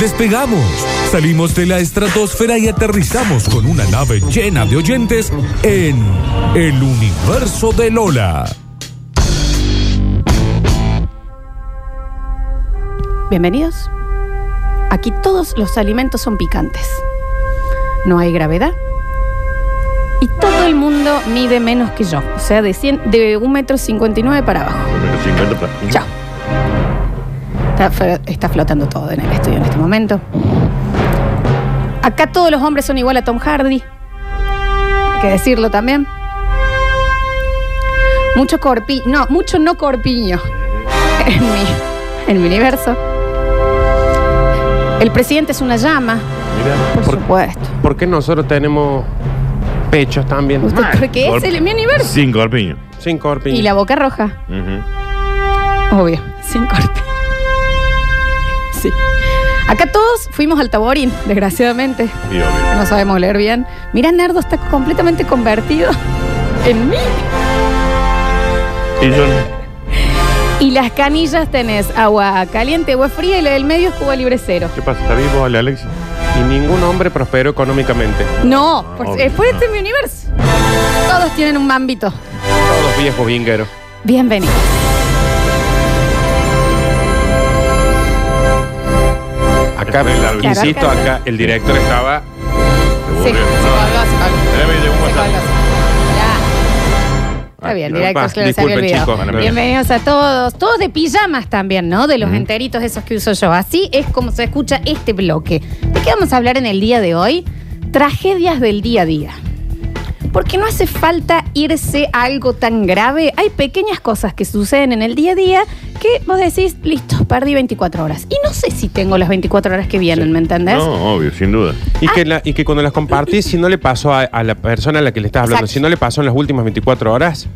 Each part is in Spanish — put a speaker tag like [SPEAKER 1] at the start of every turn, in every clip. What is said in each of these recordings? [SPEAKER 1] Despegamos, salimos de la estratosfera y aterrizamos con una nave llena de oyentes en el universo de Lola.
[SPEAKER 2] Bienvenidos. Aquí todos los alimentos son picantes. No hay gravedad. Y todo el mundo mide menos que yo. O sea, de, 100, de 1,59 metro cincuenta y nueve para abajo.
[SPEAKER 3] Menos 50 para-
[SPEAKER 2] Chao. Está, flo- está flotando todo en el estudio en este momento. Acá todos los hombres son igual a Tom Hardy. Hay que decirlo también. Mucho corpi... No, mucho no corpiño en mi, en mi universo. El presidente es una llama,
[SPEAKER 3] Mira,
[SPEAKER 2] por,
[SPEAKER 4] Por-
[SPEAKER 2] supuesto.
[SPEAKER 4] ¿Por qué nosotros tenemos pechos también? Ah,
[SPEAKER 2] Usted- porque es
[SPEAKER 3] Golpe.
[SPEAKER 2] el, mi universo.
[SPEAKER 3] Sin corpiño.
[SPEAKER 4] Sin corpiño.
[SPEAKER 2] Y la boca roja.
[SPEAKER 3] Ujú.
[SPEAKER 2] Obvio, sin corte. Sí. Acá todos fuimos al Taborín, desgraciadamente.
[SPEAKER 3] Y obvio.
[SPEAKER 2] No sabemos leer bien. Mira, Nardo está completamente convertido en mí.
[SPEAKER 3] Y yo
[SPEAKER 2] Y las canillas tenés agua caliente, agua fría y la del medio es Cuba Libre Cero.
[SPEAKER 3] ¿Qué pasa? ¿Está vivo Ale Alexis?
[SPEAKER 4] Y ningún hombre prosperó económicamente.
[SPEAKER 2] No, por,
[SPEAKER 3] Obvio,
[SPEAKER 2] eh, por
[SPEAKER 3] no.
[SPEAKER 2] este es mi universo. Todos tienen un mambito.
[SPEAKER 4] Todos viejos vingueros.
[SPEAKER 2] Bienvenidos.
[SPEAKER 4] Acá,
[SPEAKER 3] Fue largo.
[SPEAKER 4] insisto, acá el director estaba.
[SPEAKER 2] Sí, se colgó, se colgó.
[SPEAKER 3] Debe de un
[SPEAKER 2] Se colgó, se
[SPEAKER 3] WhatsApp.
[SPEAKER 2] colgó. Ya. Está
[SPEAKER 3] Ah,
[SPEAKER 2] bien,
[SPEAKER 3] y
[SPEAKER 2] directo, claro,
[SPEAKER 3] papá,
[SPEAKER 2] se había
[SPEAKER 4] disculpen,
[SPEAKER 2] olvidado.
[SPEAKER 4] chicos, no.
[SPEAKER 2] Bienvenidos a todos. Todos de pijamas también, ¿no? De los enteritos esos que uso yo. Así es como se escucha este bloque. ¿De qué vamos a hablar en el día de hoy? Tragedias del día a día. Porque no hace falta irse a algo tan grave. Hay pequeñas cosas que suceden en el día a día que vos decís, listo, perdí 24 horas. Y no sé si tengo las 24 horas que vienen, ¿me entendés?
[SPEAKER 3] No, obvio, sin duda.
[SPEAKER 4] Y,
[SPEAKER 2] Ah.
[SPEAKER 4] que la- y que cuando las compartís, si no le pasó a, a la persona a la que le estás hablando,
[SPEAKER 2] Exacto.
[SPEAKER 4] si no le pasó en las últimas 24 horas,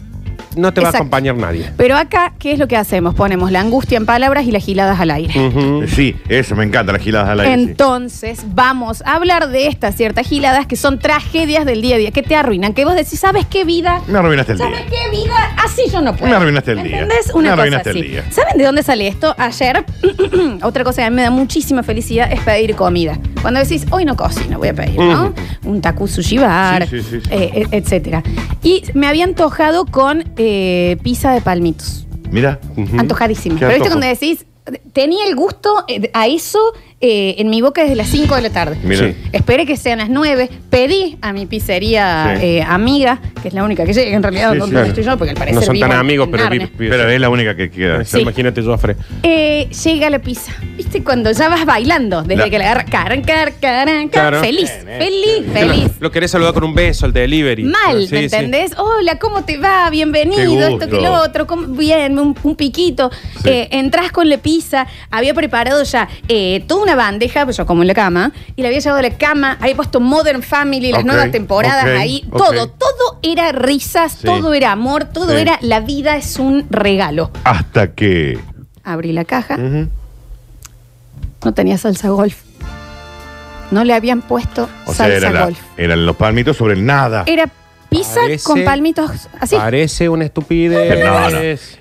[SPEAKER 4] no te va
[SPEAKER 2] Exacto.
[SPEAKER 4] a acompañar nadie.
[SPEAKER 2] Pero acá, ¿qué es lo que hacemos? Ponemos la angustia en palabras y las giladas al aire.
[SPEAKER 4] Ujú.
[SPEAKER 3] Sí, eso me encanta, las giladas al aire. sí.
[SPEAKER 2] Entonces, vamos a hablar de estas ciertas giladas que son tragedias del día a día, que te arruinan, que vos decís, ¿sabes qué vida?
[SPEAKER 3] Me arruinaste el
[SPEAKER 2] ¿Sabes
[SPEAKER 3] día.
[SPEAKER 2] qué vida? Así yo no puedo.
[SPEAKER 3] Me arruinaste el día.
[SPEAKER 2] ¿Entendés? Una
[SPEAKER 3] Me
[SPEAKER 2] cosa
[SPEAKER 3] arruinaste el
[SPEAKER 2] así.
[SPEAKER 3] día.
[SPEAKER 2] ¿Saben de dónde sale esto? Ayer, otra cosa que a mí me da muchísima felicidad es pedir comida. Cuando decís, hoy no cocino, voy a pedir, ¿no? Un taku sushi bar,
[SPEAKER 3] Sí, sí, sí, sí.
[SPEAKER 2] eh, e- etcétera. Y me había antojado con eh, pizza de palmitos.
[SPEAKER 3] Mira.
[SPEAKER 2] Antojadísima.
[SPEAKER 3] Qué
[SPEAKER 2] Pero viste
[SPEAKER 3] antojo.
[SPEAKER 2] cuando decís, tenía el gusto eh, a eso eh, en mi boca desde las 5 de la tarde.
[SPEAKER 3] Mira.
[SPEAKER 4] Sí.
[SPEAKER 2] Esperé que sean las 9, pedí a mi pizzería
[SPEAKER 3] Sí.
[SPEAKER 2] eh, amiga, que es la única que llega, en realidad
[SPEAKER 3] Sí,
[SPEAKER 2] donde
[SPEAKER 3] claro.
[SPEAKER 2] estoy yo, porque al parecer
[SPEAKER 4] No son
[SPEAKER 2] vivo
[SPEAKER 4] tan
[SPEAKER 2] en
[SPEAKER 4] amigos, pero
[SPEAKER 2] Narnia.
[SPEAKER 4] vi- vi-
[SPEAKER 3] Pero es la única que queda.
[SPEAKER 4] Eso, Imagínate, Joffre.
[SPEAKER 2] Eh, llega la pizza. ¿Viste? Cuando ya vas bailando, desde
[SPEAKER 3] La-
[SPEAKER 2] que la agarras, caran, caran, caran,
[SPEAKER 4] Claro.
[SPEAKER 2] feliz,
[SPEAKER 3] Bien, eh.
[SPEAKER 2] feliz,
[SPEAKER 3] bien.
[SPEAKER 2] feliz.
[SPEAKER 4] Lo, lo querés saludar con un beso, el delivery.
[SPEAKER 2] Mal,
[SPEAKER 4] Sí,
[SPEAKER 2] ¿me
[SPEAKER 4] sí.
[SPEAKER 2] entendés? Hola, ¿cómo te va?
[SPEAKER 3] Qué
[SPEAKER 2] Bienvenido,
[SPEAKER 3] gusto.
[SPEAKER 2] esto que lo otro, ¿cómo- bien, un, un piquito.
[SPEAKER 3] Sí.
[SPEAKER 2] Eh, entrás con la pizza, había preparado ya eh, toda una bandeja, pues yo como en la cama, y la había llevado a la cama, había puesto Modern Family, las
[SPEAKER 3] Ok,
[SPEAKER 2] nuevas temporadas
[SPEAKER 3] ok,
[SPEAKER 2] ahí,
[SPEAKER 3] ok.
[SPEAKER 2] todo, todo era risas,
[SPEAKER 3] Sí.
[SPEAKER 2] todo era amor, todo
[SPEAKER 3] Sí.
[SPEAKER 2] era la vida es un regalo.
[SPEAKER 3] Hasta que.
[SPEAKER 2] Abrí la caja,
[SPEAKER 3] Mm.
[SPEAKER 2] no tenía salsa golf. No le habían puesto
[SPEAKER 3] O sea,
[SPEAKER 2] salsa
[SPEAKER 3] era la-
[SPEAKER 2] golf. Eh.
[SPEAKER 3] eran los palmitos sobre el nada.
[SPEAKER 2] Era pizza
[SPEAKER 4] Parece-
[SPEAKER 2] con palmitos así.
[SPEAKER 4] Parece una
[SPEAKER 3] Pero
[SPEAKER 4] estupidez.
[SPEAKER 3] No, no.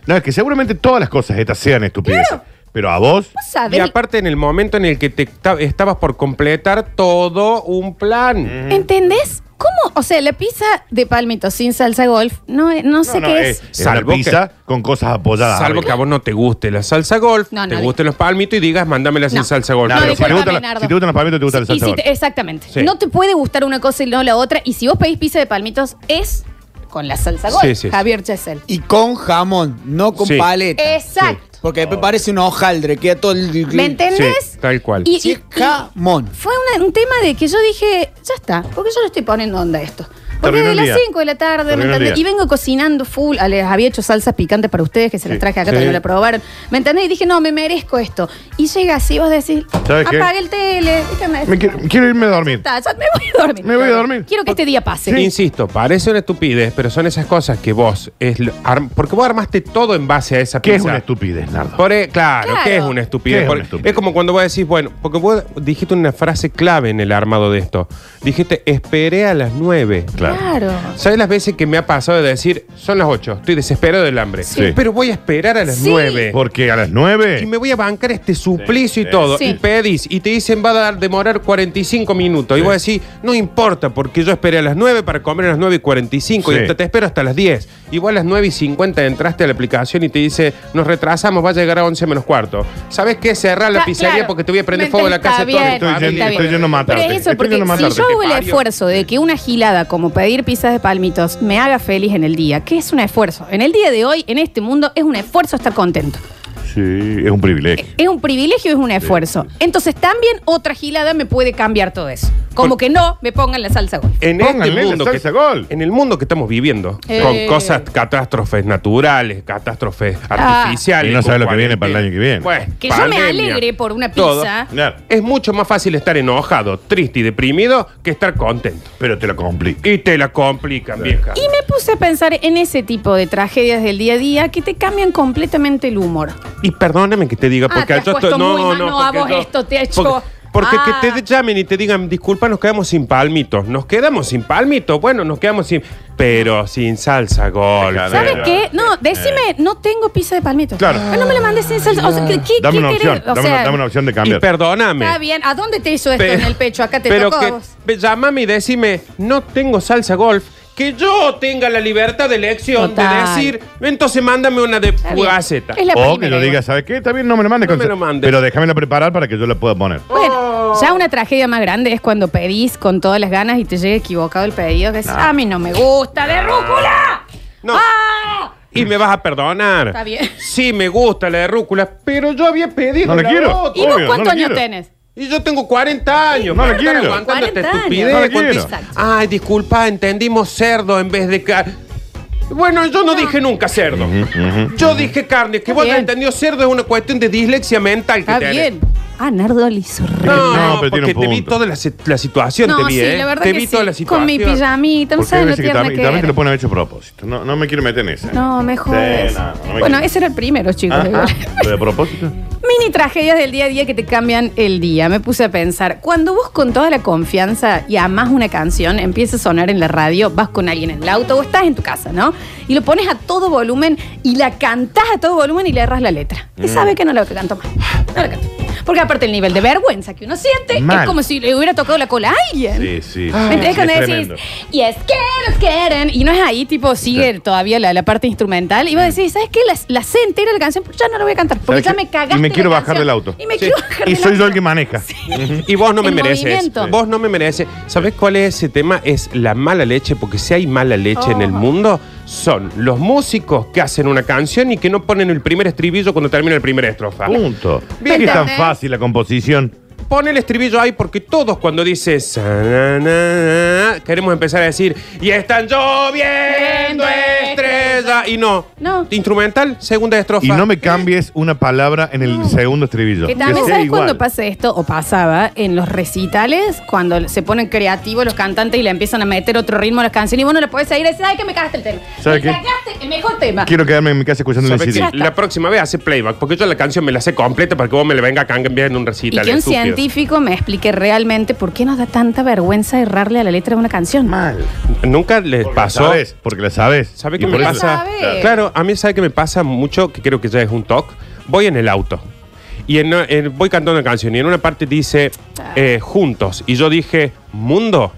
[SPEAKER 3] No, es que seguramente todas las cosas estas sean estupideces. Pero a vos.
[SPEAKER 2] ¿Vos sabés
[SPEAKER 4] Y aparte, en el momento en el que te ta- estabas por completar todo un
[SPEAKER 3] Mm.
[SPEAKER 4] plan.
[SPEAKER 2] ¿Entendés? ¿Cómo? O sea, la pizza de palmito sin salsa golf, no, eh, no sé
[SPEAKER 3] no,
[SPEAKER 2] qué
[SPEAKER 3] eh,
[SPEAKER 2] es.
[SPEAKER 3] era una
[SPEAKER 4] Salvo que-
[SPEAKER 3] pizza con cosas apoyadas.
[SPEAKER 4] Salvo que a vos no te guste la salsa golf,
[SPEAKER 2] No, no,
[SPEAKER 4] te
[SPEAKER 2] no.
[SPEAKER 4] gusten los palmitos y digas, mándamela sin
[SPEAKER 2] No.
[SPEAKER 4] salsa golf.
[SPEAKER 3] No,
[SPEAKER 2] No,
[SPEAKER 3] pero si, te
[SPEAKER 2] discúlpame,
[SPEAKER 3] gustan la-
[SPEAKER 2] Nardo.
[SPEAKER 3] si te gustan los palmitos, te gusta
[SPEAKER 2] Sí,
[SPEAKER 3] la
[SPEAKER 2] y
[SPEAKER 3] salsa.
[SPEAKER 2] si
[SPEAKER 3] golf.
[SPEAKER 2] te- exactamente.
[SPEAKER 4] Sí.
[SPEAKER 2] No te puede gustar una cosa y no la otra. Y si vos pedís pizza de palmitos, es con la salsa golf.
[SPEAKER 4] Sí, sí, sí.
[SPEAKER 2] Javier Chesel.
[SPEAKER 5] Y con jamón, no con
[SPEAKER 4] Sí.
[SPEAKER 5] paleta.
[SPEAKER 2] Exacto.
[SPEAKER 5] Porque después parece un hojaldre, queda todo el...
[SPEAKER 2] ¿Me entendés?
[SPEAKER 4] Sí, tal cual.
[SPEAKER 2] Y,
[SPEAKER 5] Sí,
[SPEAKER 2] y-
[SPEAKER 5] jamón.
[SPEAKER 2] fue una- un tema de que yo dije, ya está, porque yo le estoy poniendo onda a esto. Porque
[SPEAKER 3] Terminó
[SPEAKER 2] desde
[SPEAKER 3] el
[SPEAKER 2] las
[SPEAKER 3] día.
[SPEAKER 2] 5 de la tarde, ¿me
[SPEAKER 3] Terminó el
[SPEAKER 2] entendés?
[SPEAKER 3] día.
[SPEAKER 2] Y vengo cocinando full. Ah, Les había hecho salsas picantes para ustedes, que se las
[SPEAKER 3] Sí.
[SPEAKER 2] traje acá,
[SPEAKER 4] Sí.
[SPEAKER 2] también la probaron. ¿Me entendés? Y dije, no, me merezco esto. Y llega así, vos decís,
[SPEAKER 3] ¿Sabes qué?
[SPEAKER 2] apaga el tele. ¿viste? Me
[SPEAKER 3] Me quiero, quiero irme a dormir.
[SPEAKER 2] Está, ya me voy a dormir.
[SPEAKER 3] Me voy a dormir.
[SPEAKER 2] Quiero que este día pase.
[SPEAKER 4] Insisto, parece una estupidez, pero son esas cosas que vos. Es, lo- arm- porque vos armaste todo en base a esa
[SPEAKER 3] ¿Qué es
[SPEAKER 4] pizza.
[SPEAKER 3] una estupidez, Nardo?
[SPEAKER 4] Por e- claro,
[SPEAKER 2] Claro.
[SPEAKER 4] ¿qué es una estupidez?
[SPEAKER 3] ¿Qué es
[SPEAKER 4] Porque
[SPEAKER 3] una
[SPEAKER 4] es,
[SPEAKER 3] estupidez?
[SPEAKER 4] como cuando vos decís, bueno, porque vos dijiste una frase clave en el armado de esto. Dijiste, esperé a las nueve.
[SPEAKER 3] Claro.
[SPEAKER 2] Claro.
[SPEAKER 4] ¿Sabes las veces que me ha pasado de decir, son las 8, estoy desesperado del hambre?
[SPEAKER 3] Sí.
[SPEAKER 4] Pero voy a esperar a las
[SPEAKER 2] Sí.
[SPEAKER 4] 9.
[SPEAKER 3] Porque a las 9.
[SPEAKER 4] Y me voy a bancar este suplicio
[SPEAKER 3] Sí,
[SPEAKER 4] y todo.
[SPEAKER 2] sí.
[SPEAKER 4] Y pedís, y te dicen va a dar- demorar 45 minutos. Y vos decís, no importa, porque yo esperé a las 9 para comer a las 9 y 45 y
[SPEAKER 3] Sí.
[SPEAKER 4] hasta te espero hasta las 10. Y vos a las 9 y 50 entraste a la aplicación y te dice, nos retrasamos, va a llegar a 11 menos cuarto. ¿Sabés qué? Cerrar la
[SPEAKER 2] Ca-
[SPEAKER 4] pizzería
[SPEAKER 2] claro.
[SPEAKER 4] porque te voy a prender
[SPEAKER 2] Me-
[SPEAKER 4] fuego la casa
[SPEAKER 2] está
[SPEAKER 4] de toda mi
[SPEAKER 2] bien,
[SPEAKER 3] Estoy
[SPEAKER 4] familia.
[SPEAKER 3] yendo- estoy yendo a
[SPEAKER 2] Pero
[SPEAKER 3] matarte.
[SPEAKER 2] es eso,
[SPEAKER 3] Estoy
[SPEAKER 2] porque
[SPEAKER 3] yendo a
[SPEAKER 2] si
[SPEAKER 3] matarte.
[SPEAKER 2] yo hago el
[SPEAKER 4] Te parió.
[SPEAKER 2] esfuerzo de que una gilada como pedir pizzas de palmitos me haga feliz en el día, que es un esfuerzo. En el día de hoy, en este mundo, es un esfuerzo estar contento.
[SPEAKER 3] Sí, es un privilegio.
[SPEAKER 2] Es un privilegio, es un esfuerzo. Entonces también otra gilada me puede cambiar todo eso. Como
[SPEAKER 4] Por-
[SPEAKER 2] que no me pongan la salsa golf.
[SPEAKER 4] En
[SPEAKER 3] Pónganle
[SPEAKER 4] este
[SPEAKER 3] la
[SPEAKER 4] mundo
[SPEAKER 3] salsa
[SPEAKER 4] que,
[SPEAKER 3] gol.
[SPEAKER 4] en el mundo que estamos viviendo,
[SPEAKER 2] Eh.
[SPEAKER 4] con cosas, catástrofes naturales, catástrofes artificiales.
[SPEAKER 3] Y no
[SPEAKER 4] con
[SPEAKER 3] sabe lo que viene para el
[SPEAKER 4] cuarentena.
[SPEAKER 3] año que viene.
[SPEAKER 4] Bueno,
[SPEAKER 2] Ah. Que yo me
[SPEAKER 4] pandemia,
[SPEAKER 2] alegre por una pizza.
[SPEAKER 4] todo.
[SPEAKER 3] Claro.
[SPEAKER 4] Es mucho más fácil estar enojado, triste y deprimido que estar contento.
[SPEAKER 3] Pero te lo complico.
[SPEAKER 4] Y te la complican, vieja.
[SPEAKER 2] Y me puse a pensar en ese tipo de tragedias del día a día que te cambian completamente el humor.
[SPEAKER 4] Y perdóname que te diga, porque
[SPEAKER 2] Ah, te has
[SPEAKER 4] al yo
[SPEAKER 2] puesto
[SPEAKER 4] estoy-
[SPEAKER 2] muy mano a
[SPEAKER 4] porque
[SPEAKER 2] vos, esto te ha hecho-
[SPEAKER 4] Porque, porque
[SPEAKER 2] Ah.
[SPEAKER 4] que te llamen y te digan, disculpa, nos quedamos sin palmitos. Nos quedamos sin palmitos. Bueno, nos quedamos sin. Pero sin salsa, gol.
[SPEAKER 3] Claro.
[SPEAKER 2] ¿Sabes
[SPEAKER 3] Claro.
[SPEAKER 2] qué? No, decime, no tengo pizza de palmito.
[SPEAKER 3] Eh. Claro.
[SPEAKER 2] Ah, no me la mandes sin salsa. O sea, ¿qué, qué-
[SPEAKER 3] Dame
[SPEAKER 2] qué
[SPEAKER 3] una
[SPEAKER 2] querés?
[SPEAKER 3] opción.
[SPEAKER 2] O
[SPEAKER 3] Dame una,
[SPEAKER 2] sea,
[SPEAKER 3] dame una opción de
[SPEAKER 4] Y
[SPEAKER 3] cambiar.
[SPEAKER 4] perdóname.
[SPEAKER 2] Está bien. ¿A dónde te hizo esto
[SPEAKER 4] Pero-
[SPEAKER 2] en el pecho? Acá te
[SPEAKER 4] pero
[SPEAKER 2] tocó a
[SPEAKER 4] que,
[SPEAKER 2] vos.
[SPEAKER 4] ve, Llamame y decime, no tengo salsa golf. Que yo tenga la libertad de elección
[SPEAKER 2] Total.
[SPEAKER 4] de decir, entonces mándame una de
[SPEAKER 2] Está bien.
[SPEAKER 4] fugaceta.
[SPEAKER 2] Es la
[SPEAKER 3] O
[SPEAKER 2] primera
[SPEAKER 3] que yo
[SPEAKER 2] igual.
[SPEAKER 3] diga, ¿sabes qué? Está bien, no me lo mandes.
[SPEAKER 4] No
[SPEAKER 3] con-
[SPEAKER 4] me lo mandes.
[SPEAKER 3] Pero déjamela preparar para que yo la pueda poner.
[SPEAKER 4] Oh.
[SPEAKER 2] Bueno, ya una tragedia más grande es cuando pedís con todas las ganas y te llega equivocado el pedido. Que decís, a mí no me gusta, de rúcula.
[SPEAKER 4] No.
[SPEAKER 2] ¡Ah!
[SPEAKER 4] Y me vas a perdonar.
[SPEAKER 2] Está bien.
[SPEAKER 4] Sí, me gusta la de rúcula, pero yo había pedido
[SPEAKER 3] No la
[SPEAKER 4] la
[SPEAKER 3] quiero.
[SPEAKER 4] otra.
[SPEAKER 2] ¿Y vos
[SPEAKER 3] Obvio, no
[SPEAKER 2] cuántos
[SPEAKER 3] lo
[SPEAKER 2] años
[SPEAKER 3] quiero.
[SPEAKER 2] tenés?
[SPEAKER 4] Y yo tengo 40 años.
[SPEAKER 3] No
[SPEAKER 4] ¿Para
[SPEAKER 3] la
[SPEAKER 4] estar
[SPEAKER 3] quiero.
[SPEAKER 4] aguantando esta
[SPEAKER 2] 40 años.
[SPEAKER 4] estupidez?
[SPEAKER 3] No la
[SPEAKER 4] cuando
[SPEAKER 3] quiero.
[SPEAKER 4] te-
[SPEAKER 2] Exacto.
[SPEAKER 4] Ay, disculpa, entendimos cerdo en vez de carne. Bueno, yo no, dije nunca cerdo. yo dije carne. Que
[SPEAKER 2] Está
[SPEAKER 4] vos
[SPEAKER 2] bien.
[SPEAKER 4] hayas entendido cerdo es una cuestión de dislexia mental que
[SPEAKER 2] Está
[SPEAKER 4] tenés.
[SPEAKER 2] bien. Ah, Nardo le hizo re-
[SPEAKER 4] No,
[SPEAKER 3] No, pero tiene
[SPEAKER 4] porque
[SPEAKER 3] un
[SPEAKER 4] te vi
[SPEAKER 3] punto.
[SPEAKER 4] toda la, si- la situación, te vi, ¿eh?
[SPEAKER 2] la verdad
[SPEAKER 4] te
[SPEAKER 2] que
[SPEAKER 4] vi
[SPEAKER 2] sí.
[SPEAKER 4] toda la situación.
[SPEAKER 2] Con mi pijamita, no
[SPEAKER 3] Porque hay
[SPEAKER 2] sabes lo
[SPEAKER 3] veces que
[SPEAKER 2] tierna
[SPEAKER 3] también,
[SPEAKER 2] que
[SPEAKER 3] también te
[SPEAKER 2] era.
[SPEAKER 3] lo pueden haber hecho a propósito. No, no me quiero meter en esa.
[SPEAKER 2] No, me jodes.
[SPEAKER 3] Sí, no, no me
[SPEAKER 2] bueno,
[SPEAKER 3] quiero.
[SPEAKER 2] ese era el primero, chicos.
[SPEAKER 3] Ajá.
[SPEAKER 2] igual.
[SPEAKER 3] ¿Lo de propósito?
[SPEAKER 2] Mini tragedias del día a día que te cambian el día. Me puse a pensar, cuando vos con toda la confianza y amás una canción, empieza a sonar en la radio, vas con alguien en el auto o estás en tu casa, ¿no? Y lo pones a todo volumen y la cantás a todo volumen y le erras la letra.
[SPEAKER 3] Mm.
[SPEAKER 2] Y sabes que no la canto más. No la canto. Porque aparte el nivel de vergüenza que uno siente es
[SPEAKER 3] Mal.
[SPEAKER 2] como si le hubiera tocado la cola a alguien.
[SPEAKER 3] Sí, sí.
[SPEAKER 2] ¿Me
[SPEAKER 3] Ah, sí,
[SPEAKER 2] entendés
[SPEAKER 3] sí,
[SPEAKER 2] Ah, cuando
[SPEAKER 3] es
[SPEAKER 2] decís,
[SPEAKER 3] tremendo.
[SPEAKER 2] y es que nos quieren? Y no es ahí, tipo, sigue todavía la, la parte instrumental. Y vos decís, ¿sabes qué? La, la sé entera de la canción, pero ya no la voy a cantar. Porque
[SPEAKER 3] Mm. ¿Sabes
[SPEAKER 2] ya
[SPEAKER 3] qué?
[SPEAKER 2] me cagaste.
[SPEAKER 3] Y me
[SPEAKER 2] la
[SPEAKER 3] quiero bajar
[SPEAKER 2] canción.
[SPEAKER 3] del auto.
[SPEAKER 2] Y me
[SPEAKER 4] Sí.
[SPEAKER 2] quiero bajar
[SPEAKER 3] Y
[SPEAKER 2] del
[SPEAKER 3] soy yo el
[SPEAKER 2] auto.
[SPEAKER 3] que maneja.
[SPEAKER 4] Y vos no me
[SPEAKER 2] El
[SPEAKER 4] mereces.
[SPEAKER 2] movimiento.
[SPEAKER 4] Vos no me mereces. ¿Sabés cuál es ese tema? Es la mala leche, porque si hay mala leche en el
[SPEAKER 2] Oh.
[SPEAKER 4] mundo, son los músicos que hacen una canción y que no ponen el primer estribillo cuando termina el primer estrofa.
[SPEAKER 3] Punto.
[SPEAKER 2] Bien.
[SPEAKER 3] Bien que es tan
[SPEAKER 2] ¿Entendés?
[SPEAKER 3] fácil la composición.
[SPEAKER 4] Pon el estribillo ahí porque todos cuando dices queremos empezar a decir y están lloviendo estrellas y no.
[SPEAKER 2] No.
[SPEAKER 4] Instrumental, segunda estrofa.
[SPEAKER 3] Y no me cambies una palabra en el segundo estribillo.
[SPEAKER 2] Que también
[SPEAKER 3] sea
[SPEAKER 2] sabes
[SPEAKER 3] igual.
[SPEAKER 2] cuando pasa esto, o pasaba, en los recitales, cuando se ponen creativos los cantantes y le empiezan a meter otro ritmo a las canciones y vos no le podés seguir y decís, ay, que me cagaste el tema.
[SPEAKER 3] ¿Sabes
[SPEAKER 2] me
[SPEAKER 3] qué?
[SPEAKER 2] cagaste el mejor tema.
[SPEAKER 3] Quiero quedarme en mi casa escuchando el
[SPEAKER 4] ¿Sabés
[SPEAKER 3] CD.
[SPEAKER 4] qué?
[SPEAKER 2] está.
[SPEAKER 4] Pues La próxima vez hace playback, porque yo la canción me la sé completa para que vos me la venga a cambiar en un
[SPEAKER 2] Y
[SPEAKER 4] recital.
[SPEAKER 2] que un
[SPEAKER 4] estúpido.
[SPEAKER 2] científico me explique realmente por qué nos da tanta vergüenza errarle a la letra de una canción.
[SPEAKER 3] Mal.
[SPEAKER 4] Nunca les
[SPEAKER 3] Porque
[SPEAKER 4] pasó.
[SPEAKER 3] la sabes, porque la sabes.
[SPEAKER 4] ¿Sabe
[SPEAKER 3] Y
[SPEAKER 4] qué me
[SPEAKER 3] por eso-
[SPEAKER 4] pasa?
[SPEAKER 2] Sabe.
[SPEAKER 4] Claro, a mí sabe que me pasa mucho, que creo que ya es un toque. Voy en el auto y en- en- voy cantando una canción y en una parte dice
[SPEAKER 2] Ah.
[SPEAKER 4] eh, juntos y yo dije mundo.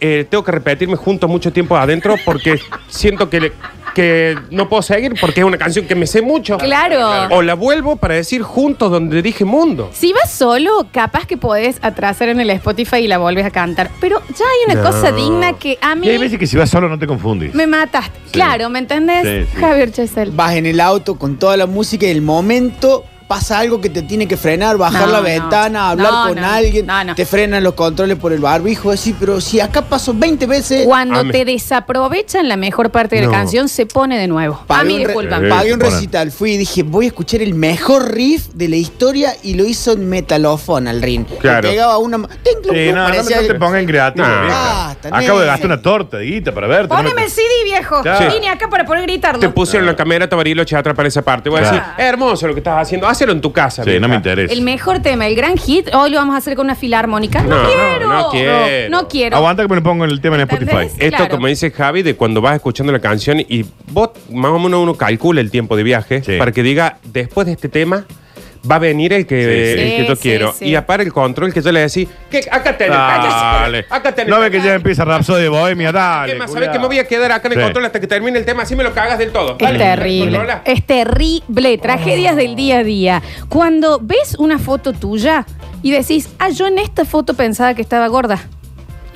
[SPEAKER 4] Eh, tengo que repetirme juntos mucho tiempo adentro porque siento que, le- que no puedo seguir porque es una canción que me sé mucho.
[SPEAKER 2] Claro.
[SPEAKER 4] O la vuelvo para decir juntos donde dije mundo.
[SPEAKER 2] Si vas solo, capaz que podés atrasar en el Spotify y la volves a cantar. Pero ya hay una
[SPEAKER 4] No.
[SPEAKER 2] cosa digna que a mí
[SPEAKER 3] Y hay veces que si vas solo no te confundís.
[SPEAKER 2] me mataste. Claro, ¿me entendés?
[SPEAKER 3] Sí, sí.
[SPEAKER 2] Javier Chesel.
[SPEAKER 5] Vas en el auto con toda la música y el momento pasa algo que te tiene que frenar, bajar
[SPEAKER 2] No,
[SPEAKER 5] la
[SPEAKER 2] no.
[SPEAKER 5] ventana, hablar
[SPEAKER 2] No,
[SPEAKER 5] con
[SPEAKER 2] no.
[SPEAKER 5] alguien,
[SPEAKER 2] No, no.
[SPEAKER 5] te frenan los controles por el barbijo, así, pero si acá pasó 20 veces,
[SPEAKER 2] Cuando
[SPEAKER 4] Amén.
[SPEAKER 2] te desaprovechan la mejor parte de la
[SPEAKER 4] No.
[SPEAKER 2] canción, se pone de nuevo. a mí,
[SPEAKER 5] un, re-
[SPEAKER 2] disculpa.
[SPEAKER 3] Eh,
[SPEAKER 5] pagué un
[SPEAKER 3] ponen.
[SPEAKER 5] recital, fui y dije, voy a escuchar el mejor riff de la historia y lo hizo en metalofón al ring.
[SPEAKER 4] Claro.
[SPEAKER 5] Pegaba una... ma- ¡Ting, clum,
[SPEAKER 3] Sí,
[SPEAKER 5] clum!
[SPEAKER 3] no, no,
[SPEAKER 5] Parecía-
[SPEAKER 3] no te pongas en creativo.
[SPEAKER 4] No.
[SPEAKER 3] vieja.
[SPEAKER 5] Basta,
[SPEAKER 3] Acabo de
[SPEAKER 5] nene.
[SPEAKER 3] gastar una torta, Diguita, para verte. no me-
[SPEAKER 2] Póneme el CD, viejo.
[SPEAKER 3] Claro.
[SPEAKER 2] Vine acá para poder gritarlo.
[SPEAKER 4] Te pusieron la camioneta Bariloche atrás para esa parte. Voy a
[SPEAKER 3] Claro.
[SPEAKER 4] decir, hermoso lo que estás haciendo. hacelo en tu casa.
[SPEAKER 3] Sí,
[SPEAKER 4] vieja.
[SPEAKER 3] no me interesa.
[SPEAKER 2] El mejor tema, el gran hit, hoy lo vamos a hacer con una filarmónica. No,
[SPEAKER 4] No,
[SPEAKER 2] quiero.
[SPEAKER 4] no, no quiero.
[SPEAKER 2] No, no quiero.
[SPEAKER 3] Aguanta que me lo pongo en el tema en Spotify.
[SPEAKER 2] ¿Entendés?
[SPEAKER 4] Esto,
[SPEAKER 2] Claro.
[SPEAKER 4] como dice Javi, de cuando vas escuchando la canción y vos, más o menos, uno calcula el tiempo de viaje
[SPEAKER 3] Sí.
[SPEAKER 4] para que diga, después de este tema, va a venir el que,
[SPEAKER 3] Sí, sí.
[SPEAKER 4] el que
[SPEAKER 2] Sí,
[SPEAKER 4] yo
[SPEAKER 2] sí,
[SPEAKER 4] quiero.
[SPEAKER 2] sí.
[SPEAKER 4] Y aparte el control que yo le decís, que acá tenés, acá
[SPEAKER 3] Dale.
[SPEAKER 4] tenés, acá tenés.
[SPEAKER 3] No ve que ya empieza Rhapsody de Bohemia, dale.
[SPEAKER 4] ¿Qué más? ¿Sabés
[SPEAKER 3] cuidado.
[SPEAKER 4] que me voy a quedar acá en el
[SPEAKER 3] Sí.
[SPEAKER 4] control hasta que termine el tema? Así me lo cagas del todo.
[SPEAKER 2] Es
[SPEAKER 4] Dale,
[SPEAKER 2] terrible.
[SPEAKER 4] controla.
[SPEAKER 2] Es terrible. Tragedias del día a día. Cuando ves una foto tuya y decís, ah, yo en esta foto pensaba que estaba gorda.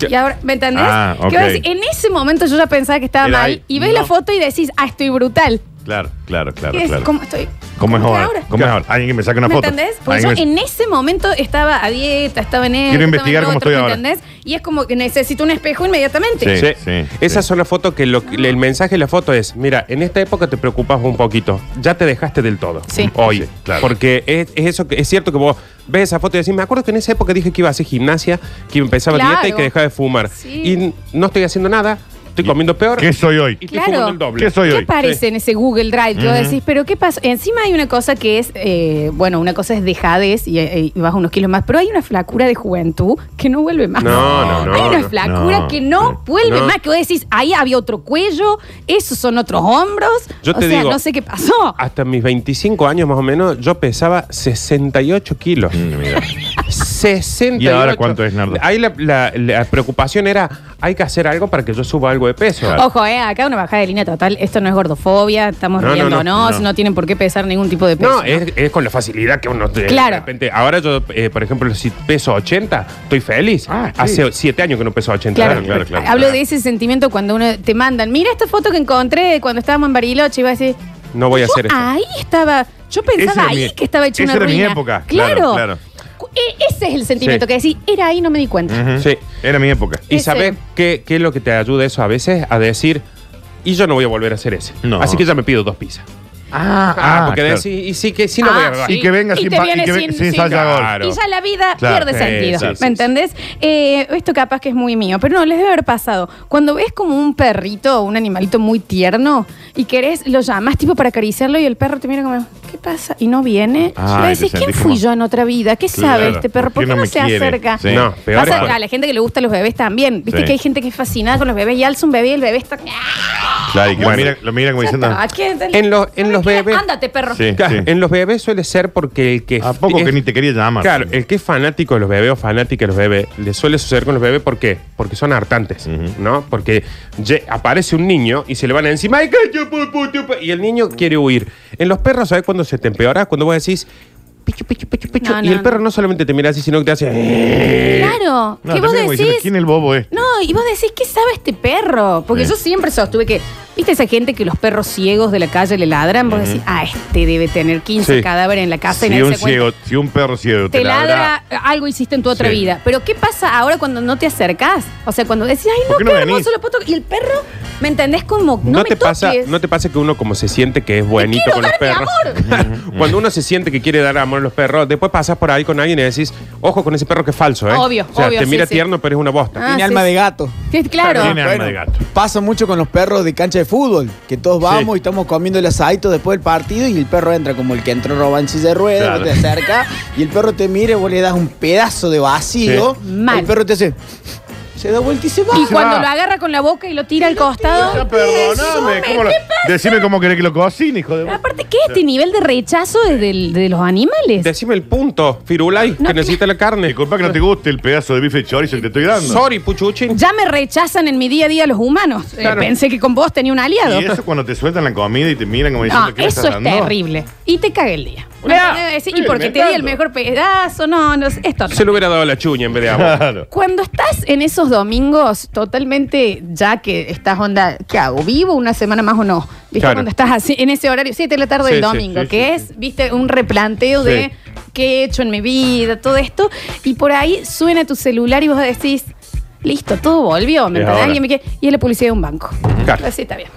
[SPEAKER 4] Ya.
[SPEAKER 2] Y ahora, ¿me entendés?
[SPEAKER 3] Ah,
[SPEAKER 2] Que vos
[SPEAKER 3] ok.
[SPEAKER 2] decís, en ese momento yo ya pensaba que estaba
[SPEAKER 3] Era
[SPEAKER 2] mal.
[SPEAKER 3] ahí.
[SPEAKER 2] Y ves
[SPEAKER 3] No.
[SPEAKER 2] la foto y decís, ah, estoy brutal.
[SPEAKER 3] Claro, claro,
[SPEAKER 2] Y
[SPEAKER 3] claro.
[SPEAKER 2] decís,
[SPEAKER 3] claro.
[SPEAKER 2] ¿cómo estoy?
[SPEAKER 3] ¿Cómo es
[SPEAKER 2] estoy
[SPEAKER 3] ahora? ¿Cómo es ahora? Alguien que me saque una
[SPEAKER 2] ¿Me
[SPEAKER 3] foto.
[SPEAKER 2] entendés? Porque yo
[SPEAKER 3] Alguien que me-
[SPEAKER 2] en ese momento estaba a dieta, estaba en esto,
[SPEAKER 3] Quiero
[SPEAKER 2] estaba
[SPEAKER 3] investigar
[SPEAKER 2] en
[SPEAKER 3] cómo
[SPEAKER 2] otro,
[SPEAKER 3] estoy
[SPEAKER 2] ¿me
[SPEAKER 3] ahora.
[SPEAKER 2] entendés? Y es como que necesito un espejo inmediatamente.
[SPEAKER 3] Sí,
[SPEAKER 4] Sí.
[SPEAKER 3] sí,
[SPEAKER 4] Esas
[SPEAKER 3] sí.
[SPEAKER 4] son las fotos que lo- el mensaje de la foto es, mira, en esta época te preocupas un poquito, ya te dejaste del todo.
[SPEAKER 2] Sí.
[SPEAKER 4] Hoy,
[SPEAKER 3] Sí, claro.
[SPEAKER 4] porque es, es eso que es cierto que vos ves esa foto y decís, me acuerdo que en esa época dije que iba a hacer gimnasia, que empezaba
[SPEAKER 2] Claro.
[SPEAKER 4] dieta y que dejaba de fumar
[SPEAKER 2] Sí.
[SPEAKER 4] y n- no estoy haciendo nada, estoy comiendo peor
[SPEAKER 3] ¿Qué soy hoy?
[SPEAKER 4] y estoy
[SPEAKER 2] Claro.
[SPEAKER 4] fumando el doble.
[SPEAKER 3] ¿Qué soy
[SPEAKER 2] ¿Qué
[SPEAKER 3] hoy?
[SPEAKER 2] aparece en ese Google Drive? Yo decís, pero ¿qué pasa? Encima hay una cosa que es, eh, bueno, una cosa es dejadez y, eh, y vas unos kilos más, pero hay una flacura de juventud que no vuelve más.
[SPEAKER 4] No, no, no,
[SPEAKER 2] Hay una
[SPEAKER 4] no,
[SPEAKER 2] flacura
[SPEAKER 3] no,
[SPEAKER 2] que no
[SPEAKER 3] sí.
[SPEAKER 2] vuelve
[SPEAKER 4] No.
[SPEAKER 2] más, que vos decís, ahí había otro cuello, esos son otros hombros.
[SPEAKER 4] Yo
[SPEAKER 2] o
[SPEAKER 4] te
[SPEAKER 2] sea,
[SPEAKER 4] digo-
[SPEAKER 2] no sé qué pasó.
[SPEAKER 4] Hasta mis 25 años más o menos, yo pesaba 68 kilos.
[SPEAKER 3] Mm, mira.
[SPEAKER 4] 68.
[SPEAKER 3] ¿Y ahora cuánto es, Nardo?
[SPEAKER 4] Ahí la, la- la preocupación era, hay que hacer algo para que yo suba algo de peso.
[SPEAKER 2] Ojo, eh, acá una bajada de línea total. Esto no es gordofobia, estamos
[SPEAKER 4] No, no,
[SPEAKER 2] riéndonos, no,
[SPEAKER 4] no, no.
[SPEAKER 2] tienen por qué pesar ningún tipo de peso.
[SPEAKER 4] No, eh, es, es con la facilidad que uno te-
[SPEAKER 2] Claro.
[SPEAKER 4] de repente. Ahora yo, eh, por ejemplo, si peso 80, estoy feliz.
[SPEAKER 3] Ah, sí.
[SPEAKER 4] Hace 7 años que no peso 80.
[SPEAKER 2] Claro,
[SPEAKER 3] claro, claro,
[SPEAKER 2] Hablo
[SPEAKER 3] claro.
[SPEAKER 2] de ese sentimiento cuando uno te mandan, mira esta foto que encontré cuando estábamos en Bariloche y vas a decir,
[SPEAKER 4] No voy a
[SPEAKER 2] yo
[SPEAKER 4] hacer eso.
[SPEAKER 2] Ahí estaba, yo pensaba
[SPEAKER 3] era
[SPEAKER 2] ahí
[SPEAKER 3] mi-
[SPEAKER 2] que estaba hecho
[SPEAKER 3] esa
[SPEAKER 2] una
[SPEAKER 3] era mi
[SPEAKER 2] ruina.
[SPEAKER 3] época,
[SPEAKER 2] Claro.
[SPEAKER 3] claro, claro.
[SPEAKER 2] Cu- e- ese es el sentimiento
[SPEAKER 4] Sí.
[SPEAKER 2] que decís, era ahí, no me di cuenta.
[SPEAKER 3] Ujú.
[SPEAKER 4] Sí.
[SPEAKER 3] Era mi época.
[SPEAKER 4] Y
[SPEAKER 2] Ese.
[SPEAKER 4] sabes qué, qué es lo que te ayuda eso a veces a decir, y yo no voy a volver a hacer ese.
[SPEAKER 3] No.
[SPEAKER 4] Así que ya me pido dos pizzas.
[SPEAKER 3] Ah,
[SPEAKER 4] porque
[SPEAKER 3] claro.
[SPEAKER 4] decís, y sí que sí no
[SPEAKER 2] Ah,
[SPEAKER 4] voy a
[SPEAKER 2] sí.
[SPEAKER 3] Y que venga
[SPEAKER 2] Y
[SPEAKER 3] sin,
[SPEAKER 2] te
[SPEAKER 3] pa-
[SPEAKER 2] viene
[SPEAKER 3] y que ve-
[SPEAKER 2] sin-
[SPEAKER 3] sin,
[SPEAKER 2] sin-
[SPEAKER 3] salsa
[SPEAKER 4] Claro.
[SPEAKER 3] golf.
[SPEAKER 2] Y ya la vida
[SPEAKER 3] Claro.
[SPEAKER 2] pierde
[SPEAKER 3] Sí,
[SPEAKER 2] sentido,
[SPEAKER 4] sí,
[SPEAKER 2] ¿me
[SPEAKER 4] sí, sí.
[SPEAKER 2] entendés? Eh, esto capaz que es muy mío, pero no, les debe haber pasado. Cuando ves como un perrito, un animalito muy tierno, y querés, lo llamas tipo para acariciarlo y el perro te mira como, ¿qué pasa? Y no viene.
[SPEAKER 3] Ah,
[SPEAKER 2] y
[SPEAKER 3] te
[SPEAKER 2] decís, ¿quién
[SPEAKER 3] sentís
[SPEAKER 2] fui
[SPEAKER 3] como-
[SPEAKER 2] yo en otra vida? ¿Qué
[SPEAKER 3] Claro,
[SPEAKER 2] sabe este perro? ¿Por qué no,
[SPEAKER 3] me
[SPEAKER 2] se
[SPEAKER 3] quiere?
[SPEAKER 2] acerca?
[SPEAKER 3] Sí.
[SPEAKER 4] No, peor
[SPEAKER 2] Pasa
[SPEAKER 4] es-
[SPEAKER 2] a la gente que le gusta los bebés también. Viste
[SPEAKER 3] Sí.
[SPEAKER 2] que hay gente que es fascinada con los bebés y alza un bebé y el bebé está.
[SPEAKER 3] Claro, y que lo
[SPEAKER 4] Bueno.
[SPEAKER 3] mira, lo mira como
[SPEAKER 2] Ya
[SPEAKER 3] diciendo.
[SPEAKER 2] está, aquí-
[SPEAKER 4] En los- en los
[SPEAKER 2] ¿Sabes qué?
[SPEAKER 4] bebés-
[SPEAKER 2] Ándate, perro.
[SPEAKER 3] Sí.
[SPEAKER 4] Claro, En los bebés suele ser porque el que.
[SPEAKER 3] "Ah, ¿A poco
[SPEAKER 4] es-
[SPEAKER 3] que ni te quería llamar?
[SPEAKER 4] Claro, el que es fanático de los bebés o fanática de los bebés, le suele suceder con los bebés ¿por qué? porque son hartantes, ¿no? Porque ye- aparece un niño y se le van encima ¡Ay, que chupu, pu, chupu! y el niño quiere huir. En los perros, ¿sabes cuándo se te empeora? Cuando vos decís pichu, pichu, pichu, pichu,
[SPEAKER 2] No,
[SPEAKER 4] y
[SPEAKER 2] no,
[SPEAKER 4] el perro no solamente te mira así, sino que te hace... "Eh".
[SPEAKER 2] Claro.
[SPEAKER 3] Eh, No,
[SPEAKER 2] ¿Qué
[SPEAKER 3] te
[SPEAKER 2] vos
[SPEAKER 3] mira como diciendo,
[SPEAKER 2] decís?
[SPEAKER 3] ¿Quién el bobo eh?" es? Eh.
[SPEAKER 2] No, y vos decís, ¿qué sabe este perro? Porque
[SPEAKER 3] Sí.
[SPEAKER 2] yo siempre sostuve que, ¿viste esa gente que los perros ciegos de la calle le ladran? Vos decís, ah, este debe tener 15
[SPEAKER 4] Sí.
[SPEAKER 2] cadáveres en la casa y
[SPEAKER 3] Eh. Si
[SPEAKER 2] nadie
[SPEAKER 3] un,
[SPEAKER 2] se cuenta.
[SPEAKER 3] ciego, si un perro ciego
[SPEAKER 2] Te ladra, algo hiciste en tu otra
[SPEAKER 3] Sí.
[SPEAKER 2] vida. Pero ¿qué pasa ahora cuando no te acercás? O sea, cuando decís, ay, no,
[SPEAKER 3] ¿Por qué
[SPEAKER 2] qué
[SPEAKER 3] no venís?
[SPEAKER 2] hermoso lo puedo tocar". Y el perro, ¿me entendés? Como, no,
[SPEAKER 4] No,
[SPEAKER 2] me
[SPEAKER 4] te pasa,
[SPEAKER 2] toques.
[SPEAKER 4] no te pasa que uno como se siente que es buenito
[SPEAKER 2] quiero
[SPEAKER 4] con los
[SPEAKER 2] dar mi
[SPEAKER 4] perros. Cuando uno se siente que quiere dar amor a los perros, después pasas por ahí con alguien y decís, ojo con ese perro que es falso, ¿eh?
[SPEAKER 2] Obvio,
[SPEAKER 4] o sea,
[SPEAKER 2] obvio,
[SPEAKER 4] te
[SPEAKER 2] sí,
[SPEAKER 4] mira
[SPEAKER 2] sí.
[SPEAKER 4] tierno, pero es una bosta.
[SPEAKER 2] Ah,
[SPEAKER 5] Tiene
[SPEAKER 2] sí,
[SPEAKER 5] alma
[SPEAKER 2] sí.
[SPEAKER 5] de gato.
[SPEAKER 2] Sí, Claro.
[SPEAKER 3] Tiene alma de gato.
[SPEAKER 5] Pasa mucho con los perros de cancha de fútbol, que todos vamos y estamos comiendo el asadito después del partido y el perro entra como el que entró roba en silla de ruedas,
[SPEAKER 3] Claro.
[SPEAKER 5] vos te acerca y el perro te mira y vos le das un pedazo de vacío.
[SPEAKER 2] Sí. Mal.
[SPEAKER 5] El perro te hace. Se da vuelta y se va.
[SPEAKER 2] Y
[SPEAKER 3] Se
[SPEAKER 2] cuando
[SPEAKER 3] va.
[SPEAKER 2] lo agarra con la boca y lo tira al
[SPEAKER 4] Ah,
[SPEAKER 2] costado.
[SPEAKER 3] Ya, perdóname. ¿cómo lo- Decime cómo querés que lo cocine, hijo de.
[SPEAKER 2] Aparte, ¿qué es este nivel de rechazo desde el- de los animales?
[SPEAKER 4] Decime el punto, Firulai,
[SPEAKER 2] No,
[SPEAKER 4] que necesita la carne.
[SPEAKER 3] Disculpa que no te guste el pedazo de bife de chorizo que te estoy dando.
[SPEAKER 4] Sorry, Puchuchin.
[SPEAKER 2] Ya me rechazan en mi día a día los humanos. Eh,
[SPEAKER 4] Claro.
[SPEAKER 2] pensé que con vos tenía un aliado.
[SPEAKER 3] Y eso cuando te sueltan la comida y te miran como diciendo
[SPEAKER 2] No,
[SPEAKER 3] ¿qué le
[SPEAKER 2] eso
[SPEAKER 3] estás
[SPEAKER 2] es
[SPEAKER 3] dando?
[SPEAKER 2] terrible. Y te caga el día.
[SPEAKER 3] Hola.
[SPEAKER 2] Eh, sí, y
[SPEAKER 3] Estoy
[SPEAKER 2] porque te di el
[SPEAKER 3] inventando.
[SPEAKER 2] mejor pedazo, no, no, sé, esto no.
[SPEAKER 4] Se le hubiera dado la chuña en vez de agua.
[SPEAKER 3] Claro.
[SPEAKER 2] Cuando estás en esos domingos totalmente, ya que estás onda, ¿qué hago? ¿Vivo una semana más o no? ¿Viste?
[SPEAKER 4] Claro.
[SPEAKER 2] Cuando estás así, en ese horario, 7 de la tarde
[SPEAKER 4] Sí,
[SPEAKER 2] del
[SPEAKER 4] sí,
[SPEAKER 2] domingo,
[SPEAKER 4] sí,
[SPEAKER 2] que
[SPEAKER 4] sí,
[SPEAKER 2] es, viste, un replanteo de qué he hecho en mi vida, todo esto, y por ahí suena tu celular y vos decís, listo, todo volvió, ¿me
[SPEAKER 3] Es
[SPEAKER 2] entendés?
[SPEAKER 3] ahora.
[SPEAKER 2] Y, me quedé- y es la publicidad de un banco.
[SPEAKER 4] Claro.
[SPEAKER 2] Así está bien.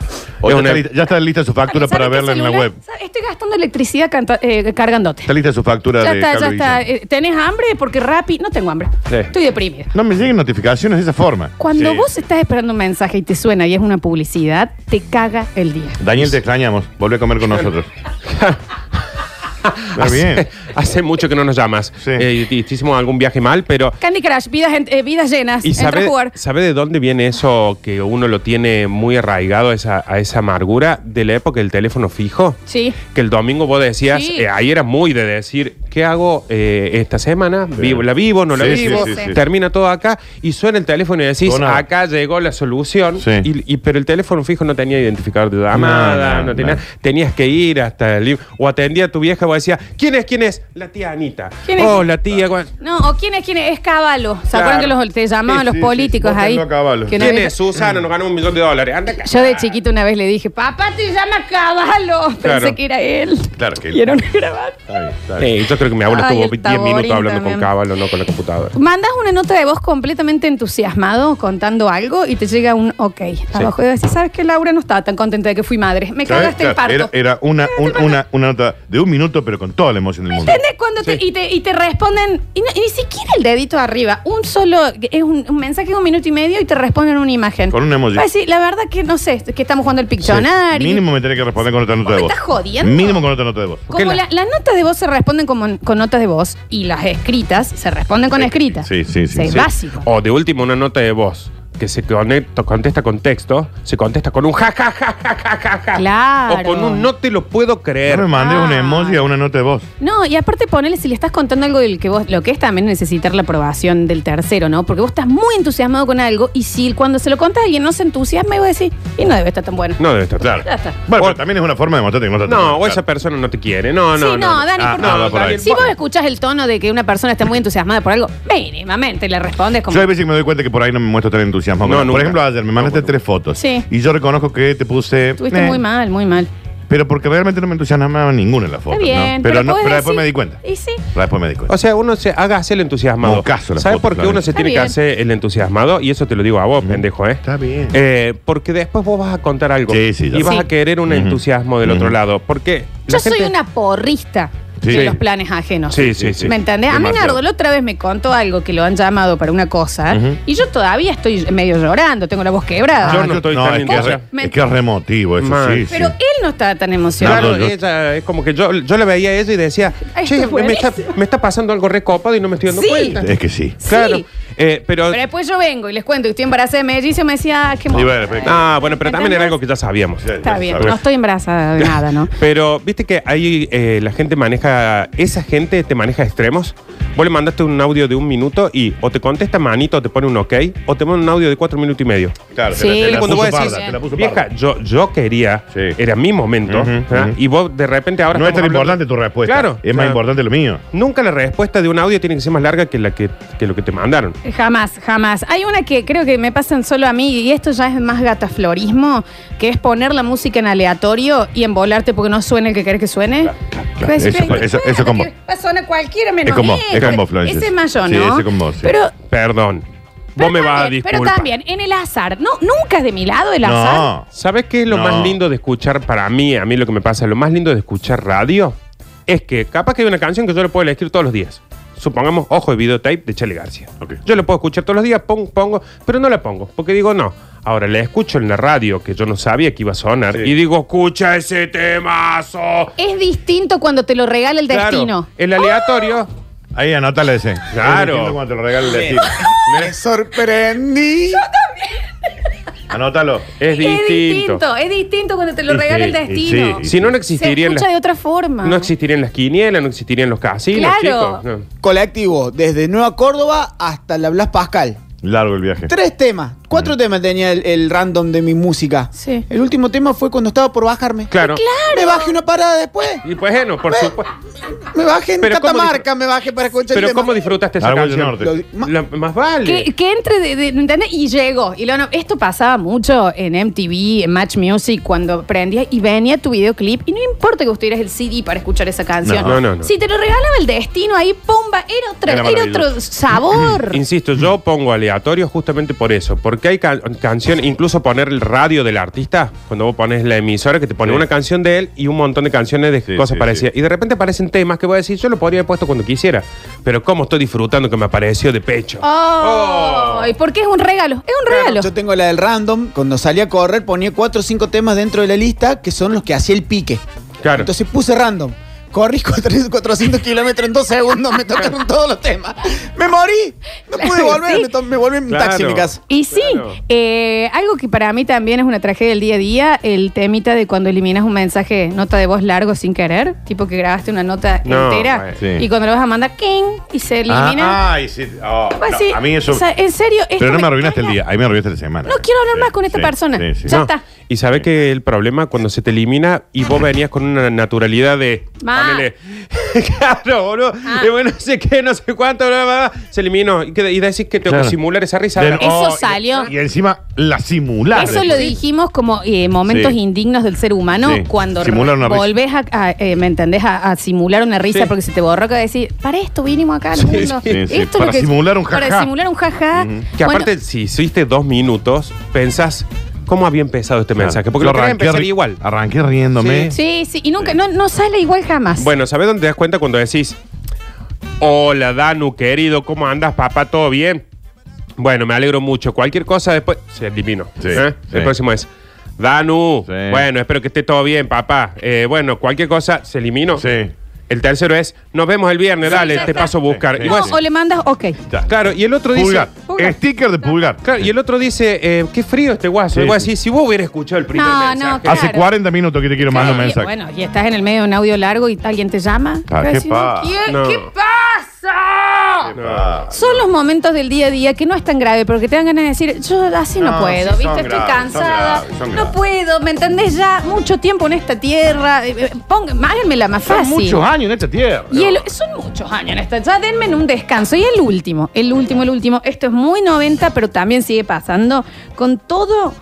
[SPEAKER 3] O
[SPEAKER 4] Es
[SPEAKER 3] ya,
[SPEAKER 4] una-
[SPEAKER 3] está lista, ya está lista su factura
[SPEAKER 2] ¿Sabes
[SPEAKER 3] para
[SPEAKER 2] qué
[SPEAKER 3] verla en la
[SPEAKER 2] este celular?
[SPEAKER 3] web.
[SPEAKER 2] ¿Sabes? Estoy gastando electricidad canta- eh, cargándote.
[SPEAKER 3] Está lista su factura
[SPEAKER 2] Ya
[SPEAKER 3] de
[SPEAKER 2] está, ya
[SPEAKER 3] Cablevisión.
[SPEAKER 2] está. Eh, ¿Tenés hambre? Porque Rappi... No tengo hambre.
[SPEAKER 4] Sí.
[SPEAKER 2] Estoy deprimida.
[SPEAKER 3] No me lleguen notificaciones de esa forma.
[SPEAKER 2] Cuando
[SPEAKER 3] Sí.
[SPEAKER 2] vos estás esperando un mensaje y te suena y es una publicidad, te caga el día.
[SPEAKER 3] Daniel, te extrañamos. Vuelve a comer con nosotros. Está bien.
[SPEAKER 4] Hace mucho que no nos llamas.
[SPEAKER 3] Sí.
[SPEAKER 4] Eh, y- y hicimos algún viaje mal, pero
[SPEAKER 2] Candy Crush, vidas, en- eh, vidas llenas.
[SPEAKER 4] ¿Y
[SPEAKER 2] Entra a
[SPEAKER 4] sabe,
[SPEAKER 2] jugar.
[SPEAKER 4] sabe de dónde viene eso que uno lo tiene muy arraigado a esa, a esa amargura de la época del teléfono fijo?
[SPEAKER 2] Sí.
[SPEAKER 4] Que el domingo vos decías,
[SPEAKER 2] Sí.
[SPEAKER 4] eh, ahí era muy de decir, ¿qué hago eh, esta semana?
[SPEAKER 3] Sí.
[SPEAKER 4] Vivo- ¿La vivo? ¿No la
[SPEAKER 3] Sí, sí,
[SPEAKER 4] vivo?
[SPEAKER 2] sí, sí.
[SPEAKER 4] Termina todo acá y suena el teléfono y decís,
[SPEAKER 3] Dona.
[SPEAKER 4] acá llegó la solución.
[SPEAKER 3] Sí.
[SPEAKER 4] Y, y- pero el teléfono fijo no tenía identificador de llamada,
[SPEAKER 3] No,
[SPEAKER 4] no,
[SPEAKER 3] no,
[SPEAKER 4] tenía,
[SPEAKER 3] no.
[SPEAKER 4] tenías que ir hasta el... O atendía a tu vieja o decía, ¿quién es? ¿Quién es? La tía Anita.
[SPEAKER 2] ¿Quién es?
[SPEAKER 4] Oh, la tía... Gua-
[SPEAKER 2] No, o quién es quién es, es Caballo. ¿Se
[SPEAKER 4] Claro.
[SPEAKER 2] acuerdan que los, te llamaban
[SPEAKER 3] Sí,
[SPEAKER 2] los
[SPEAKER 3] sí, sí,
[SPEAKER 2] políticos
[SPEAKER 3] sí,
[SPEAKER 2] ahí?
[SPEAKER 3] votando a Caballo.
[SPEAKER 2] Que no
[SPEAKER 4] ¿Quién
[SPEAKER 2] había-
[SPEAKER 4] es? Susana, nos ganó un millón de dólares. Anda acá.
[SPEAKER 2] Yo de chiquito una vez le dije, papá te llama Caballo. Pensé
[SPEAKER 4] Claro.
[SPEAKER 2] que era él.
[SPEAKER 3] Claro que-
[SPEAKER 2] Y era una grabación.
[SPEAKER 3] Está bien, está bien.
[SPEAKER 4] Sí, yo creo que mi abuelo
[SPEAKER 2] Ay,
[SPEAKER 4] estuvo
[SPEAKER 2] el
[SPEAKER 4] 10
[SPEAKER 2] Taborín
[SPEAKER 4] minutos hablando
[SPEAKER 2] también.
[SPEAKER 4] con Cábalo, no con la computadora.
[SPEAKER 2] Mandas una nota de voz completamente entusiasmado, contando algo, y te llega un ok. Abajo y decís, ¿sabes qué? Laura no estaba tan contenta de que fui madre. Me
[SPEAKER 3] ¿Sabes?
[SPEAKER 2] cagaste el
[SPEAKER 3] Claro,
[SPEAKER 2] parto.
[SPEAKER 3] Era, era una, un- una, una nota de un minuto, pero con toda la emoción del mundo.
[SPEAKER 2] ¿Entendés? Cuando te, y, te, y te responden, y, no- y ni siquiera el dedito arriba, un solo, es un, un mensaje de un minuto y medio y te responden una imagen.
[SPEAKER 3] Con un emoji.
[SPEAKER 2] Vas a decir, la verdad que no sé, que estamos jugando el
[SPEAKER 3] Sí.
[SPEAKER 2] piccionario.
[SPEAKER 3] Mínimo me tenés que responder con otra nota
[SPEAKER 2] ¿Vos
[SPEAKER 3] de
[SPEAKER 2] me
[SPEAKER 3] voz.
[SPEAKER 2] estás jodiendo?
[SPEAKER 3] Mínimo con otra nota de voz.
[SPEAKER 4] ¿Qué
[SPEAKER 2] Como
[SPEAKER 4] la-
[SPEAKER 2] la- las notas de voz se responden como, con notas de voz y las escritas se responden con escritas.
[SPEAKER 3] sí, sí, sí,
[SPEAKER 2] Es
[SPEAKER 3] sí.
[SPEAKER 2] básico.
[SPEAKER 4] O de último, una nota de voz que se conecta, contesta con texto, se contesta con un ja, ja, ja, ja, ja, ja, ja.
[SPEAKER 2] Claro.
[SPEAKER 4] O con un no te lo puedo
[SPEAKER 3] No
[SPEAKER 4] creer.
[SPEAKER 3] me mandes un
[SPEAKER 2] Ah.
[SPEAKER 3] emoji a una nota de voz.
[SPEAKER 2] No, y aparte ponele, si le estás contando algo del que vos, lo que es también necesitar la aprobación del tercero, ¿no? Porque vos estás muy entusiasmado con algo y si cuando se lo contás a alguien no se entusiasma, iba a decir, y no debe estar tan bueno.
[SPEAKER 4] No debe estar claro.
[SPEAKER 2] Ya está.
[SPEAKER 3] Bueno,
[SPEAKER 4] O-
[SPEAKER 3] pero también es una forma de mostrarte que no estás
[SPEAKER 4] No,
[SPEAKER 3] tan-
[SPEAKER 4] o esa persona no te quiere. No,
[SPEAKER 2] sí,
[SPEAKER 4] no.
[SPEAKER 2] no, Dani,
[SPEAKER 3] Ah,
[SPEAKER 2] porque
[SPEAKER 3] no, va por ahí.
[SPEAKER 2] si vos escuchás el tono de que una persona está muy entusiasmada por algo, mínimamente le respondes como.
[SPEAKER 3] Yo hay veces que me doy cuenta que por ahí no me muestro tan entusiasmado.
[SPEAKER 4] No,
[SPEAKER 3] Por
[SPEAKER 4] nunca.
[SPEAKER 3] ejemplo, ayer me mandaste
[SPEAKER 4] No, bueno.
[SPEAKER 3] tres fotos.
[SPEAKER 2] Sí.
[SPEAKER 3] Y yo reconozco que te puse.
[SPEAKER 2] Estuviste
[SPEAKER 3] eh,
[SPEAKER 2] muy mal, muy mal.
[SPEAKER 3] Pero porque realmente no me entusiasmaba ninguna de las
[SPEAKER 2] Está
[SPEAKER 3] fotos.
[SPEAKER 2] bien.
[SPEAKER 3] ¿no? Pero, no,
[SPEAKER 2] podés
[SPEAKER 3] pero después
[SPEAKER 2] decir-
[SPEAKER 3] me di cuenta.
[SPEAKER 2] Y sí.
[SPEAKER 3] Pero después me di cuenta.
[SPEAKER 4] O sea, uno se haga así el entusiasmado.
[SPEAKER 3] Un caso la
[SPEAKER 4] ¿Sabes
[SPEAKER 3] foto,
[SPEAKER 4] por qué
[SPEAKER 3] Florencia.
[SPEAKER 4] uno se
[SPEAKER 2] Está
[SPEAKER 4] tiene
[SPEAKER 2] bien.
[SPEAKER 4] que hacer el entusiasmado? Y eso te lo digo a vos, pendejo, ¿eh?
[SPEAKER 3] Está bien.
[SPEAKER 4] Eh, porque después vos vas a contar algo.
[SPEAKER 3] Sí, sí, ya
[SPEAKER 4] y
[SPEAKER 3] sé.
[SPEAKER 4] vas
[SPEAKER 2] Sí.
[SPEAKER 4] a querer un
[SPEAKER 3] Ujú.
[SPEAKER 4] entusiasmo del otro
[SPEAKER 3] Ujú.
[SPEAKER 4] lado. Porque
[SPEAKER 2] Yo
[SPEAKER 4] la
[SPEAKER 2] soy
[SPEAKER 4] gente-
[SPEAKER 2] una porrista
[SPEAKER 3] Sí.
[SPEAKER 2] de los planes ajenos.
[SPEAKER 4] Sí, sí, sí.
[SPEAKER 2] ¿Me entendés? A mí
[SPEAKER 3] Demasiado.
[SPEAKER 2] Nardo la otra vez me contó algo que lo han llamado para una cosa
[SPEAKER 3] Ujú.
[SPEAKER 2] y yo todavía estoy medio llorando, tengo la voz quebrada.
[SPEAKER 4] yo no estoy tan
[SPEAKER 3] Ah, es que, es re-
[SPEAKER 2] entusiasmado.
[SPEAKER 3] es que es remotivo, eso
[SPEAKER 4] Mal.
[SPEAKER 3] sí. sí.
[SPEAKER 2] Pero él no estaba tan emocionado.
[SPEAKER 4] Claro,
[SPEAKER 3] No, no, yo-
[SPEAKER 4] ella es como que yo, yo la veía a ella y decía,
[SPEAKER 2] Ay,
[SPEAKER 4] che,
[SPEAKER 2] esto es
[SPEAKER 4] me, me está,
[SPEAKER 2] buenísimo".
[SPEAKER 4] me está pasando algo recopado y no me estoy dando
[SPEAKER 2] Sí.
[SPEAKER 4] cuenta.
[SPEAKER 3] Es que sí.
[SPEAKER 4] Claro.
[SPEAKER 2] Sí.
[SPEAKER 4] Eh, pero,
[SPEAKER 2] Pero después yo vengo y les cuento que estoy embarazada de mellizo y me decía, ah, qué
[SPEAKER 3] Y
[SPEAKER 2] mono.
[SPEAKER 3] bueno, pero-
[SPEAKER 4] Ah, bueno, pero también
[SPEAKER 2] ¿Entendés?
[SPEAKER 4] era algo que ya sabíamos.
[SPEAKER 3] Ya-
[SPEAKER 2] Está
[SPEAKER 3] ya
[SPEAKER 2] bien,
[SPEAKER 3] sabes.
[SPEAKER 2] no estoy embarazada de nada, ¿no?
[SPEAKER 4] Pero viste que ahí eh, la gente maneja, esa gente te maneja extremos. Vos le mandaste un audio de un minuto y o te contesta manito, o te pone un ok, o te pone un audio de cuatro minutos y medio.
[SPEAKER 3] Claro, te
[SPEAKER 2] Sí.
[SPEAKER 3] la- te la
[SPEAKER 4] Cuando
[SPEAKER 3] puso
[SPEAKER 4] vos decís,
[SPEAKER 3] parda, te la puso
[SPEAKER 4] Vieja,
[SPEAKER 3] parda.
[SPEAKER 4] yo, yo quería,
[SPEAKER 3] Sí.
[SPEAKER 4] era mi momento,
[SPEAKER 3] Ujú,
[SPEAKER 4] ¿verdad?
[SPEAKER 3] ujú.
[SPEAKER 4] y vos de repente ahora...
[SPEAKER 3] No es
[SPEAKER 4] estamos
[SPEAKER 3] tan
[SPEAKER 4] hablando-
[SPEAKER 3] importante tu respuesta.
[SPEAKER 4] Claro.
[SPEAKER 3] Es más
[SPEAKER 4] Claro.
[SPEAKER 3] importante lo mío.
[SPEAKER 4] Nunca la respuesta de un audio tiene que ser más larga que, la que, que lo que te mandaron.
[SPEAKER 2] Jamás, jamás. Hay una que creo que me pasan solo a mí y esto ya es más gataflorismo, que es poner la música en aleatorio y embolarte porque no suene el que querés que suene.
[SPEAKER 3] claro.
[SPEAKER 2] Pues,
[SPEAKER 3] Eso-
[SPEAKER 2] pero,
[SPEAKER 3] eso- eso con vos.
[SPEAKER 2] que Va a sonar cualquiera menos
[SPEAKER 3] Es con vos, es
[SPEAKER 2] este.
[SPEAKER 3] con vos, Florencia.
[SPEAKER 2] Ese es mayor,
[SPEAKER 3] Sí,
[SPEAKER 2] ¿no?
[SPEAKER 3] ese con vos, sí.
[SPEAKER 2] Pero,
[SPEAKER 4] Perdón.
[SPEAKER 2] pero
[SPEAKER 4] vos me vas a
[SPEAKER 2] también-
[SPEAKER 4] disculpar.
[SPEAKER 2] Pero también, en el azar. No, nunca es de mi lado el azar.
[SPEAKER 3] No.
[SPEAKER 4] ¿Sabes qué es lo
[SPEAKER 3] No.
[SPEAKER 4] más lindo de escuchar para mí? A mí lo que me pasa, lo más lindo de escuchar radio es que capaz que hay una canción que yo le puedo elegir todos los días. Supongamos Ojo de Videotape de Charlie García.
[SPEAKER 3] Ok.
[SPEAKER 4] Yo lo puedo escuchar todos los días, pon- pongo, pero no la pongo, porque digo no. Ahora la escucho en la radio que yo no sabía que iba a sonar
[SPEAKER 3] Sí.
[SPEAKER 4] y digo, escucha ese temazo.
[SPEAKER 2] Es distinto cuando te lo regala el
[SPEAKER 4] Claro,
[SPEAKER 2] destino. ¡Oh!
[SPEAKER 4] el aleatorio.
[SPEAKER 3] Ahí anótale ese.
[SPEAKER 4] Claro.
[SPEAKER 3] Es distinto cuando te lo regala el
[SPEAKER 5] Bien.
[SPEAKER 3] destino.
[SPEAKER 5] Me sorprendí.
[SPEAKER 3] Anótalo.
[SPEAKER 4] Es, distinto.
[SPEAKER 2] Es distinto cuando te lo
[SPEAKER 3] Y
[SPEAKER 2] regala el
[SPEAKER 3] sí, y
[SPEAKER 2] destino.
[SPEAKER 3] sí.
[SPEAKER 4] Si no, no
[SPEAKER 2] Se
[SPEAKER 4] existirían
[SPEAKER 2] escucha
[SPEAKER 4] las,
[SPEAKER 2] de otra forma.
[SPEAKER 4] no existirían las quinielas, no existirían los casinos,
[SPEAKER 2] Claro.
[SPEAKER 4] chicos. No.
[SPEAKER 5] Colectivo, desde Nueva Córdoba hasta la Blas Pascal.
[SPEAKER 3] Largo el viaje.
[SPEAKER 5] Tres temas,
[SPEAKER 4] Mm.
[SPEAKER 5] cuatro temas tenía el, el random de mi música.
[SPEAKER 2] Sí.
[SPEAKER 5] El último tema fue cuando estaba por bajarme.
[SPEAKER 4] Claro.
[SPEAKER 5] Me bajé una parada después.
[SPEAKER 4] Y pues bueno, por supuesto.
[SPEAKER 5] Me bajé en
[SPEAKER 4] Pero ¿cómo
[SPEAKER 5] Catamarca,
[SPEAKER 4] disfr-
[SPEAKER 5] me bajé para escuchar el
[SPEAKER 4] Pero
[SPEAKER 5] este tema.
[SPEAKER 4] ¿cómo disfrutaste esa
[SPEAKER 3] Árbol del
[SPEAKER 4] canción?
[SPEAKER 3] Norte.
[SPEAKER 5] Lo- ma-
[SPEAKER 4] La- más vale.
[SPEAKER 2] Que, que entre, de, de- ¿entendés? Y llegó. Y lo, no- esto pasaba mucho en MTV, en Match Music, cuando prendías y venía tu videoclip. Y no importa que vos tuvieras el CD para escuchar esa canción.
[SPEAKER 4] No, no, no.
[SPEAKER 2] Si te lo regalaba el destino ahí, ¡pumba! Era, otra-
[SPEAKER 3] Era
[SPEAKER 2] era
[SPEAKER 3] maravilloso.
[SPEAKER 2] otro sabor.
[SPEAKER 4] Insisto, yo pongo aleatorio justamente por eso. Porque hay can- canciones, incluso poner el radio del artista, cuando vos pones la emisora que te pone
[SPEAKER 3] Sí.
[SPEAKER 4] una canción de él y un montón de canciones de
[SPEAKER 3] Sí,
[SPEAKER 4] cosas
[SPEAKER 3] sí,
[SPEAKER 4] parecidas. Y de repente aparecen temas que voy a decir, yo lo podría haber puesto cuando quisiera. Pero cómo estoy disfrutando que me apareció de pecho.
[SPEAKER 2] Ah. ¡Oh! ¿Y por qué es un regalo? Es un regalo.
[SPEAKER 5] Yo tengo la del random, cuando salí a correr ponía cuatro o cinco temas dentro de la lista que son los que hacía el pique.
[SPEAKER 4] Claro.
[SPEAKER 5] Entonces puse random. Corrí 400 400 kilómetros en dos segundos, me tocaron todos los temas. ¡Me morí! No pude
[SPEAKER 2] Claro,
[SPEAKER 5] volver,
[SPEAKER 2] sí.
[SPEAKER 5] me, to- me volví en
[SPEAKER 4] Claro.
[SPEAKER 5] taxi en mi casa.
[SPEAKER 2] Y sí,
[SPEAKER 4] Claro.
[SPEAKER 2] eh, algo que para mí también es una tragedia del día a día, el temita de cuando eliminas un mensaje, nota de voz largo sin querer, tipo que grabaste una nota
[SPEAKER 4] No,
[SPEAKER 2] entera
[SPEAKER 3] bueno, sí.
[SPEAKER 2] y cuando lo vas a mandar, ¡king! y se elimina.
[SPEAKER 3] Ah, ay, sí. Oh,
[SPEAKER 2] Pues
[SPEAKER 3] no,
[SPEAKER 2] sí,
[SPEAKER 3] a mí eso.
[SPEAKER 2] o sea, en serio, esto
[SPEAKER 3] pero no me arruinaste el
[SPEAKER 2] caga.
[SPEAKER 3] día, a mí me arruinaste la semana.
[SPEAKER 2] No quiero hablar
[SPEAKER 3] Sí,
[SPEAKER 2] más con esta
[SPEAKER 3] sí,
[SPEAKER 2] persona.
[SPEAKER 3] sí, sí.
[SPEAKER 2] Ya
[SPEAKER 3] No.
[SPEAKER 2] está.
[SPEAKER 4] Y sabe que el problema cuando se te elimina y vos venías con una naturalidad de.
[SPEAKER 2] Ma.
[SPEAKER 4] ponele, claro, boludo.
[SPEAKER 2] Ah.
[SPEAKER 4] Y bueno, no sé qué, no sé cuánto, bla, bla, bla, se eliminó. Y, que- y decís que tengo
[SPEAKER 3] Claro.
[SPEAKER 4] que simular esa risa.
[SPEAKER 3] Del- Oh,
[SPEAKER 2] Eso
[SPEAKER 3] y-
[SPEAKER 2] salió.
[SPEAKER 3] Y, encima la simularon.
[SPEAKER 2] Eso lo dijimos como eh, momentos
[SPEAKER 3] Sí.
[SPEAKER 2] indignos del ser humano
[SPEAKER 3] Sí.
[SPEAKER 2] cuando
[SPEAKER 3] Simular una risa.
[SPEAKER 2] volvés a, a, eh, ¿me entendés? A, a simular una risa
[SPEAKER 4] Sí.
[SPEAKER 2] porque se te borró que decir, para esto vinimos acá al mundo.
[SPEAKER 3] sí, sí.
[SPEAKER 2] Esto es lo
[SPEAKER 3] Para
[SPEAKER 2] que-
[SPEAKER 3] simular un jajá.
[SPEAKER 2] Para simular un jaja.
[SPEAKER 4] Que aparte, si hiciste dos minutos, pensás cómo había empezado este mensaje. Porque lo, querés empezar
[SPEAKER 3] ri-
[SPEAKER 4] igual.
[SPEAKER 3] Arranqué riéndome.
[SPEAKER 2] Sí, sí, y nunca, no, no sale igual jamás.
[SPEAKER 4] Bueno, ¿sabés dónde te das cuenta cuando decís, hola Danu, querido, ¿cómo andas, papá? ¿Todo bien? Bueno, me alegro mucho. Cualquier cosa después se elimino.
[SPEAKER 3] Sí,
[SPEAKER 4] ¿eh?
[SPEAKER 3] sí.
[SPEAKER 4] El próximo es, Danu,
[SPEAKER 3] Sí.
[SPEAKER 4] bueno, espero que esté todo bien, papá. Eh, bueno, cualquier cosa se elimino.
[SPEAKER 3] Sí.
[SPEAKER 4] El tercero es, nos vemos el viernes, dale,
[SPEAKER 2] ya
[SPEAKER 4] te
[SPEAKER 2] está.
[SPEAKER 4] paso a buscar.
[SPEAKER 3] Sí,
[SPEAKER 4] Y
[SPEAKER 3] sí.
[SPEAKER 2] No,
[SPEAKER 4] vos-
[SPEAKER 2] o le mandas, ok.
[SPEAKER 3] Ya.
[SPEAKER 4] Claro, y el otro dice...
[SPEAKER 3] Pulgar.
[SPEAKER 2] Pulgar.
[SPEAKER 3] Sticker de pulgar.
[SPEAKER 4] Claro, y el otro dice, eh, qué frío este guaso.
[SPEAKER 3] Sí,
[SPEAKER 4] Y vos
[SPEAKER 3] sí.
[SPEAKER 4] decís, si vos hubieras escuchado el primer
[SPEAKER 2] No, no,
[SPEAKER 4] mensaje.
[SPEAKER 2] claro.
[SPEAKER 3] Hace 40 minutos que te quiero mandar un
[SPEAKER 2] Y-
[SPEAKER 3] mensaje.
[SPEAKER 2] bueno, y estás en el medio de un audio largo y alguien te llama.
[SPEAKER 3] Ah, ¿qué
[SPEAKER 2] Vas a decir,
[SPEAKER 3] pasa?
[SPEAKER 2] ¿Qué,
[SPEAKER 4] No.
[SPEAKER 2] qué pasa?
[SPEAKER 3] Ah.
[SPEAKER 2] Son los momentos del día a día que no es tan grave, porque te dan ganas de decir, yo así no,
[SPEAKER 3] No,
[SPEAKER 2] puedo,
[SPEAKER 3] sí,
[SPEAKER 2] ¿viste?
[SPEAKER 3] son
[SPEAKER 2] Estoy
[SPEAKER 3] graves,
[SPEAKER 2] cansada,
[SPEAKER 3] son graves, son
[SPEAKER 2] no
[SPEAKER 3] graves.
[SPEAKER 2] puedo, ¿me entendés? Ya mucho tiempo en esta tierra, eh, eh, pongan, háganmela más
[SPEAKER 3] Son
[SPEAKER 2] fácil.
[SPEAKER 3] muchos años en este esta tierra.
[SPEAKER 2] Y el- son muchos años en esta. Ya denme en un descanso. Y el último, el último, el último. Esto es muy 90, pero también sigue pasando. Con todo,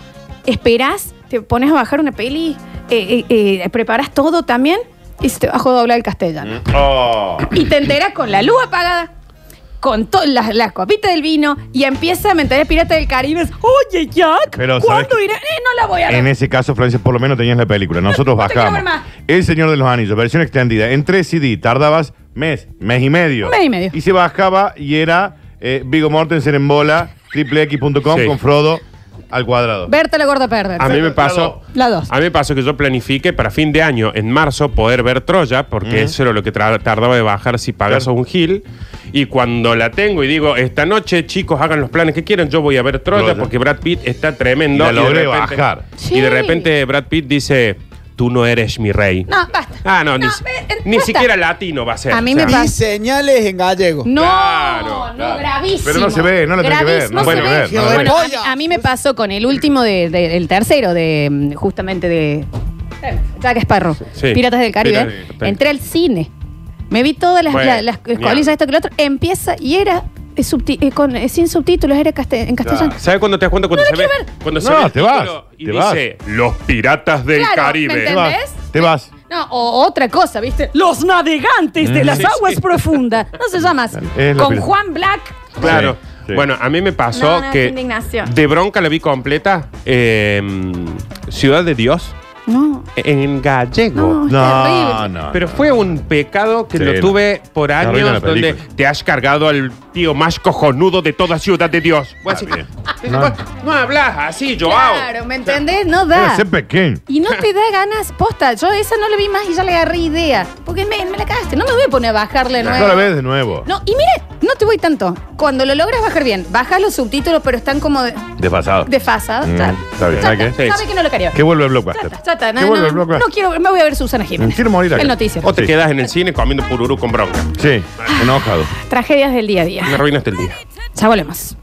[SPEAKER 2] esperás, te pones a bajar una peli, eh, eh, eh, preparas todo también y se te bajó doblar el castellano.
[SPEAKER 3] Oh.
[SPEAKER 2] Y te enteras con la luz apagada. Con to- las las copitas del vino y empieza a mentar Pirata del Caribe. Oye, Jack,
[SPEAKER 3] Pero, ¿sabes
[SPEAKER 2] ¿cuándo
[SPEAKER 3] qué?
[SPEAKER 2] iré? Eh, no la voy a ver.
[SPEAKER 3] En ese caso, Francis, por lo menos tenías la película. Nosotros
[SPEAKER 2] No te quiero ver
[SPEAKER 3] bajamos.
[SPEAKER 2] más.
[SPEAKER 3] El Señor de los Anillos, versión extendida. En 3 CD tardabas mes, mes y medio.
[SPEAKER 2] Mes y medio.
[SPEAKER 3] Y se bajaba y era eh, Vigo Mortensen en bola, triplex.com
[SPEAKER 4] Sí.
[SPEAKER 3] con Frodo al cuadrado.
[SPEAKER 2] Berta la gorda perder.
[SPEAKER 4] A mí me pasó.
[SPEAKER 2] La dos.
[SPEAKER 4] A mí me pasó que yo planifique para fin de año, en marzo, poder ver Troya, porque eso era lo que tra- tardaba de bajar si pagas
[SPEAKER 3] Claro.
[SPEAKER 4] un gil. Y cuando la tengo y digo, esta noche, chicos, hagan los planes que quieran, yo voy a ver Troya,
[SPEAKER 3] Troya.
[SPEAKER 4] porque Brad Pitt está tremendo.
[SPEAKER 3] Y la
[SPEAKER 4] Y de
[SPEAKER 3] logré
[SPEAKER 4] repente-
[SPEAKER 3] bajar.
[SPEAKER 4] Y
[SPEAKER 2] Sí.
[SPEAKER 4] de repente Brad Pitt dice, tú no eres mi rey.
[SPEAKER 2] No, basta.
[SPEAKER 4] Ah, no, ni,
[SPEAKER 2] No,
[SPEAKER 4] si-
[SPEAKER 2] eh, eh,
[SPEAKER 4] ni
[SPEAKER 2] basta.
[SPEAKER 4] siquiera latino va a ser.
[SPEAKER 2] A mí me
[SPEAKER 5] Y
[SPEAKER 2] pasa.
[SPEAKER 5] señales en gallego.
[SPEAKER 2] No,
[SPEAKER 4] Claro,
[SPEAKER 2] no,
[SPEAKER 4] claro.
[SPEAKER 2] gravísimo.
[SPEAKER 3] Pero no se ve, no la tenés que ver,
[SPEAKER 2] Gravísimo,
[SPEAKER 3] no
[SPEAKER 2] se
[SPEAKER 3] la tenés
[SPEAKER 2] ve.
[SPEAKER 3] que ver, no la
[SPEAKER 2] Bueno, a,
[SPEAKER 5] tenés
[SPEAKER 2] mí,
[SPEAKER 5] que ver.
[SPEAKER 2] a mí me pasó con el último, de, de- el tercero, de mm, justamente de Jack Sparrow,
[SPEAKER 4] Sí.
[SPEAKER 2] Piratas del Caribe.
[SPEAKER 4] Piratas del Caribe.
[SPEAKER 2] Entré al cine, me vi todas las,
[SPEAKER 4] Bueno,
[SPEAKER 2] la- las
[SPEAKER 4] mira.
[SPEAKER 2] colillas, esto que lo otro, empieza y era eh, subti- eh, con, eh, sin subtítulos, era castel- en castellano.
[SPEAKER 4] ¿Sabes cuándo te das cuenta? Cuando se ve, cuando se
[SPEAKER 3] No,
[SPEAKER 4] ve el
[SPEAKER 3] te vas,
[SPEAKER 4] título y
[SPEAKER 3] te
[SPEAKER 4] dice, los piratas del
[SPEAKER 2] Claro, ¿me
[SPEAKER 4] Caribe.
[SPEAKER 3] Te vas.
[SPEAKER 2] ¿Entendés?
[SPEAKER 3] Te vas.
[SPEAKER 2] No, o otra cosa, ¿viste? Los navegantes de las
[SPEAKER 4] Sí,
[SPEAKER 2] aguas
[SPEAKER 4] sí.
[SPEAKER 2] profundas. No se llama así.
[SPEAKER 3] Es la
[SPEAKER 2] Con
[SPEAKER 3] pirata.
[SPEAKER 2] Juan Black.
[SPEAKER 4] Claro.
[SPEAKER 3] Sí, sí.
[SPEAKER 4] Bueno, a mí me pasó
[SPEAKER 2] No, no, qué
[SPEAKER 4] que
[SPEAKER 2] indignación.
[SPEAKER 4] de bronca la vi completa eh, Ciudad de Dios
[SPEAKER 2] No,
[SPEAKER 4] en
[SPEAKER 2] no,
[SPEAKER 4] gallego.
[SPEAKER 2] es terrible.
[SPEAKER 3] No, no.
[SPEAKER 4] Pero
[SPEAKER 3] Ah, no.
[SPEAKER 4] fue un pecado que
[SPEAKER 3] Sí,
[SPEAKER 4] lo
[SPEAKER 3] no.
[SPEAKER 4] tuve por
[SPEAKER 3] arruina la
[SPEAKER 4] años donde
[SPEAKER 3] película.
[SPEAKER 4] te has cargado al tío más cojonudo de toda Ciudad de Dios. Vos
[SPEAKER 3] Ah,
[SPEAKER 4] decís,
[SPEAKER 3] bien.
[SPEAKER 4] no. hablas así, Joao.
[SPEAKER 2] Claro, ¿me entendés? No
[SPEAKER 3] Debe
[SPEAKER 2] da.
[SPEAKER 3] ser pequeño.
[SPEAKER 2] Y no te da ganas, posta. Yo esa no la vi más y ya le agarré idea. Porque me, me la cagaste. No me voy a poner a bajarle
[SPEAKER 3] No la
[SPEAKER 2] nuevo.
[SPEAKER 3] ves de nuevo.
[SPEAKER 2] No, y mire, no te voy tanto. Cuando lo logras bajar bien, bajas los subtítulos, pero están como de-
[SPEAKER 3] Desfasado.
[SPEAKER 2] desfasados.
[SPEAKER 3] Mm,
[SPEAKER 2] ya.
[SPEAKER 3] está
[SPEAKER 2] Ya
[SPEAKER 3] bien. ¿Sabe qué?
[SPEAKER 4] Sí.
[SPEAKER 2] Sabe que no lo quería.
[SPEAKER 3] Que
[SPEAKER 2] ver.
[SPEAKER 3] vuelve el
[SPEAKER 2] Ya
[SPEAKER 3] blockbuster.
[SPEAKER 2] está, ya está.
[SPEAKER 3] Que
[SPEAKER 2] No,
[SPEAKER 3] vuelve el
[SPEAKER 2] no, no
[SPEAKER 3] blockbuster.
[SPEAKER 2] quiero, me voy a ver Susana Jiménez.
[SPEAKER 3] Quiero morir acá.
[SPEAKER 2] El noticiero.
[SPEAKER 4] O te
[SPEAKER 3] Sí.
[SPEAKER 4] quedas en el cine comiendo pururú con bronca.
[SPEAKER 3] Sí, enojado.
[SPEAKER 2] Tragedias del día a día.
[SPEAKER 4] Me arruinaste el día.
[SPEAKER 2] Ya volvemos.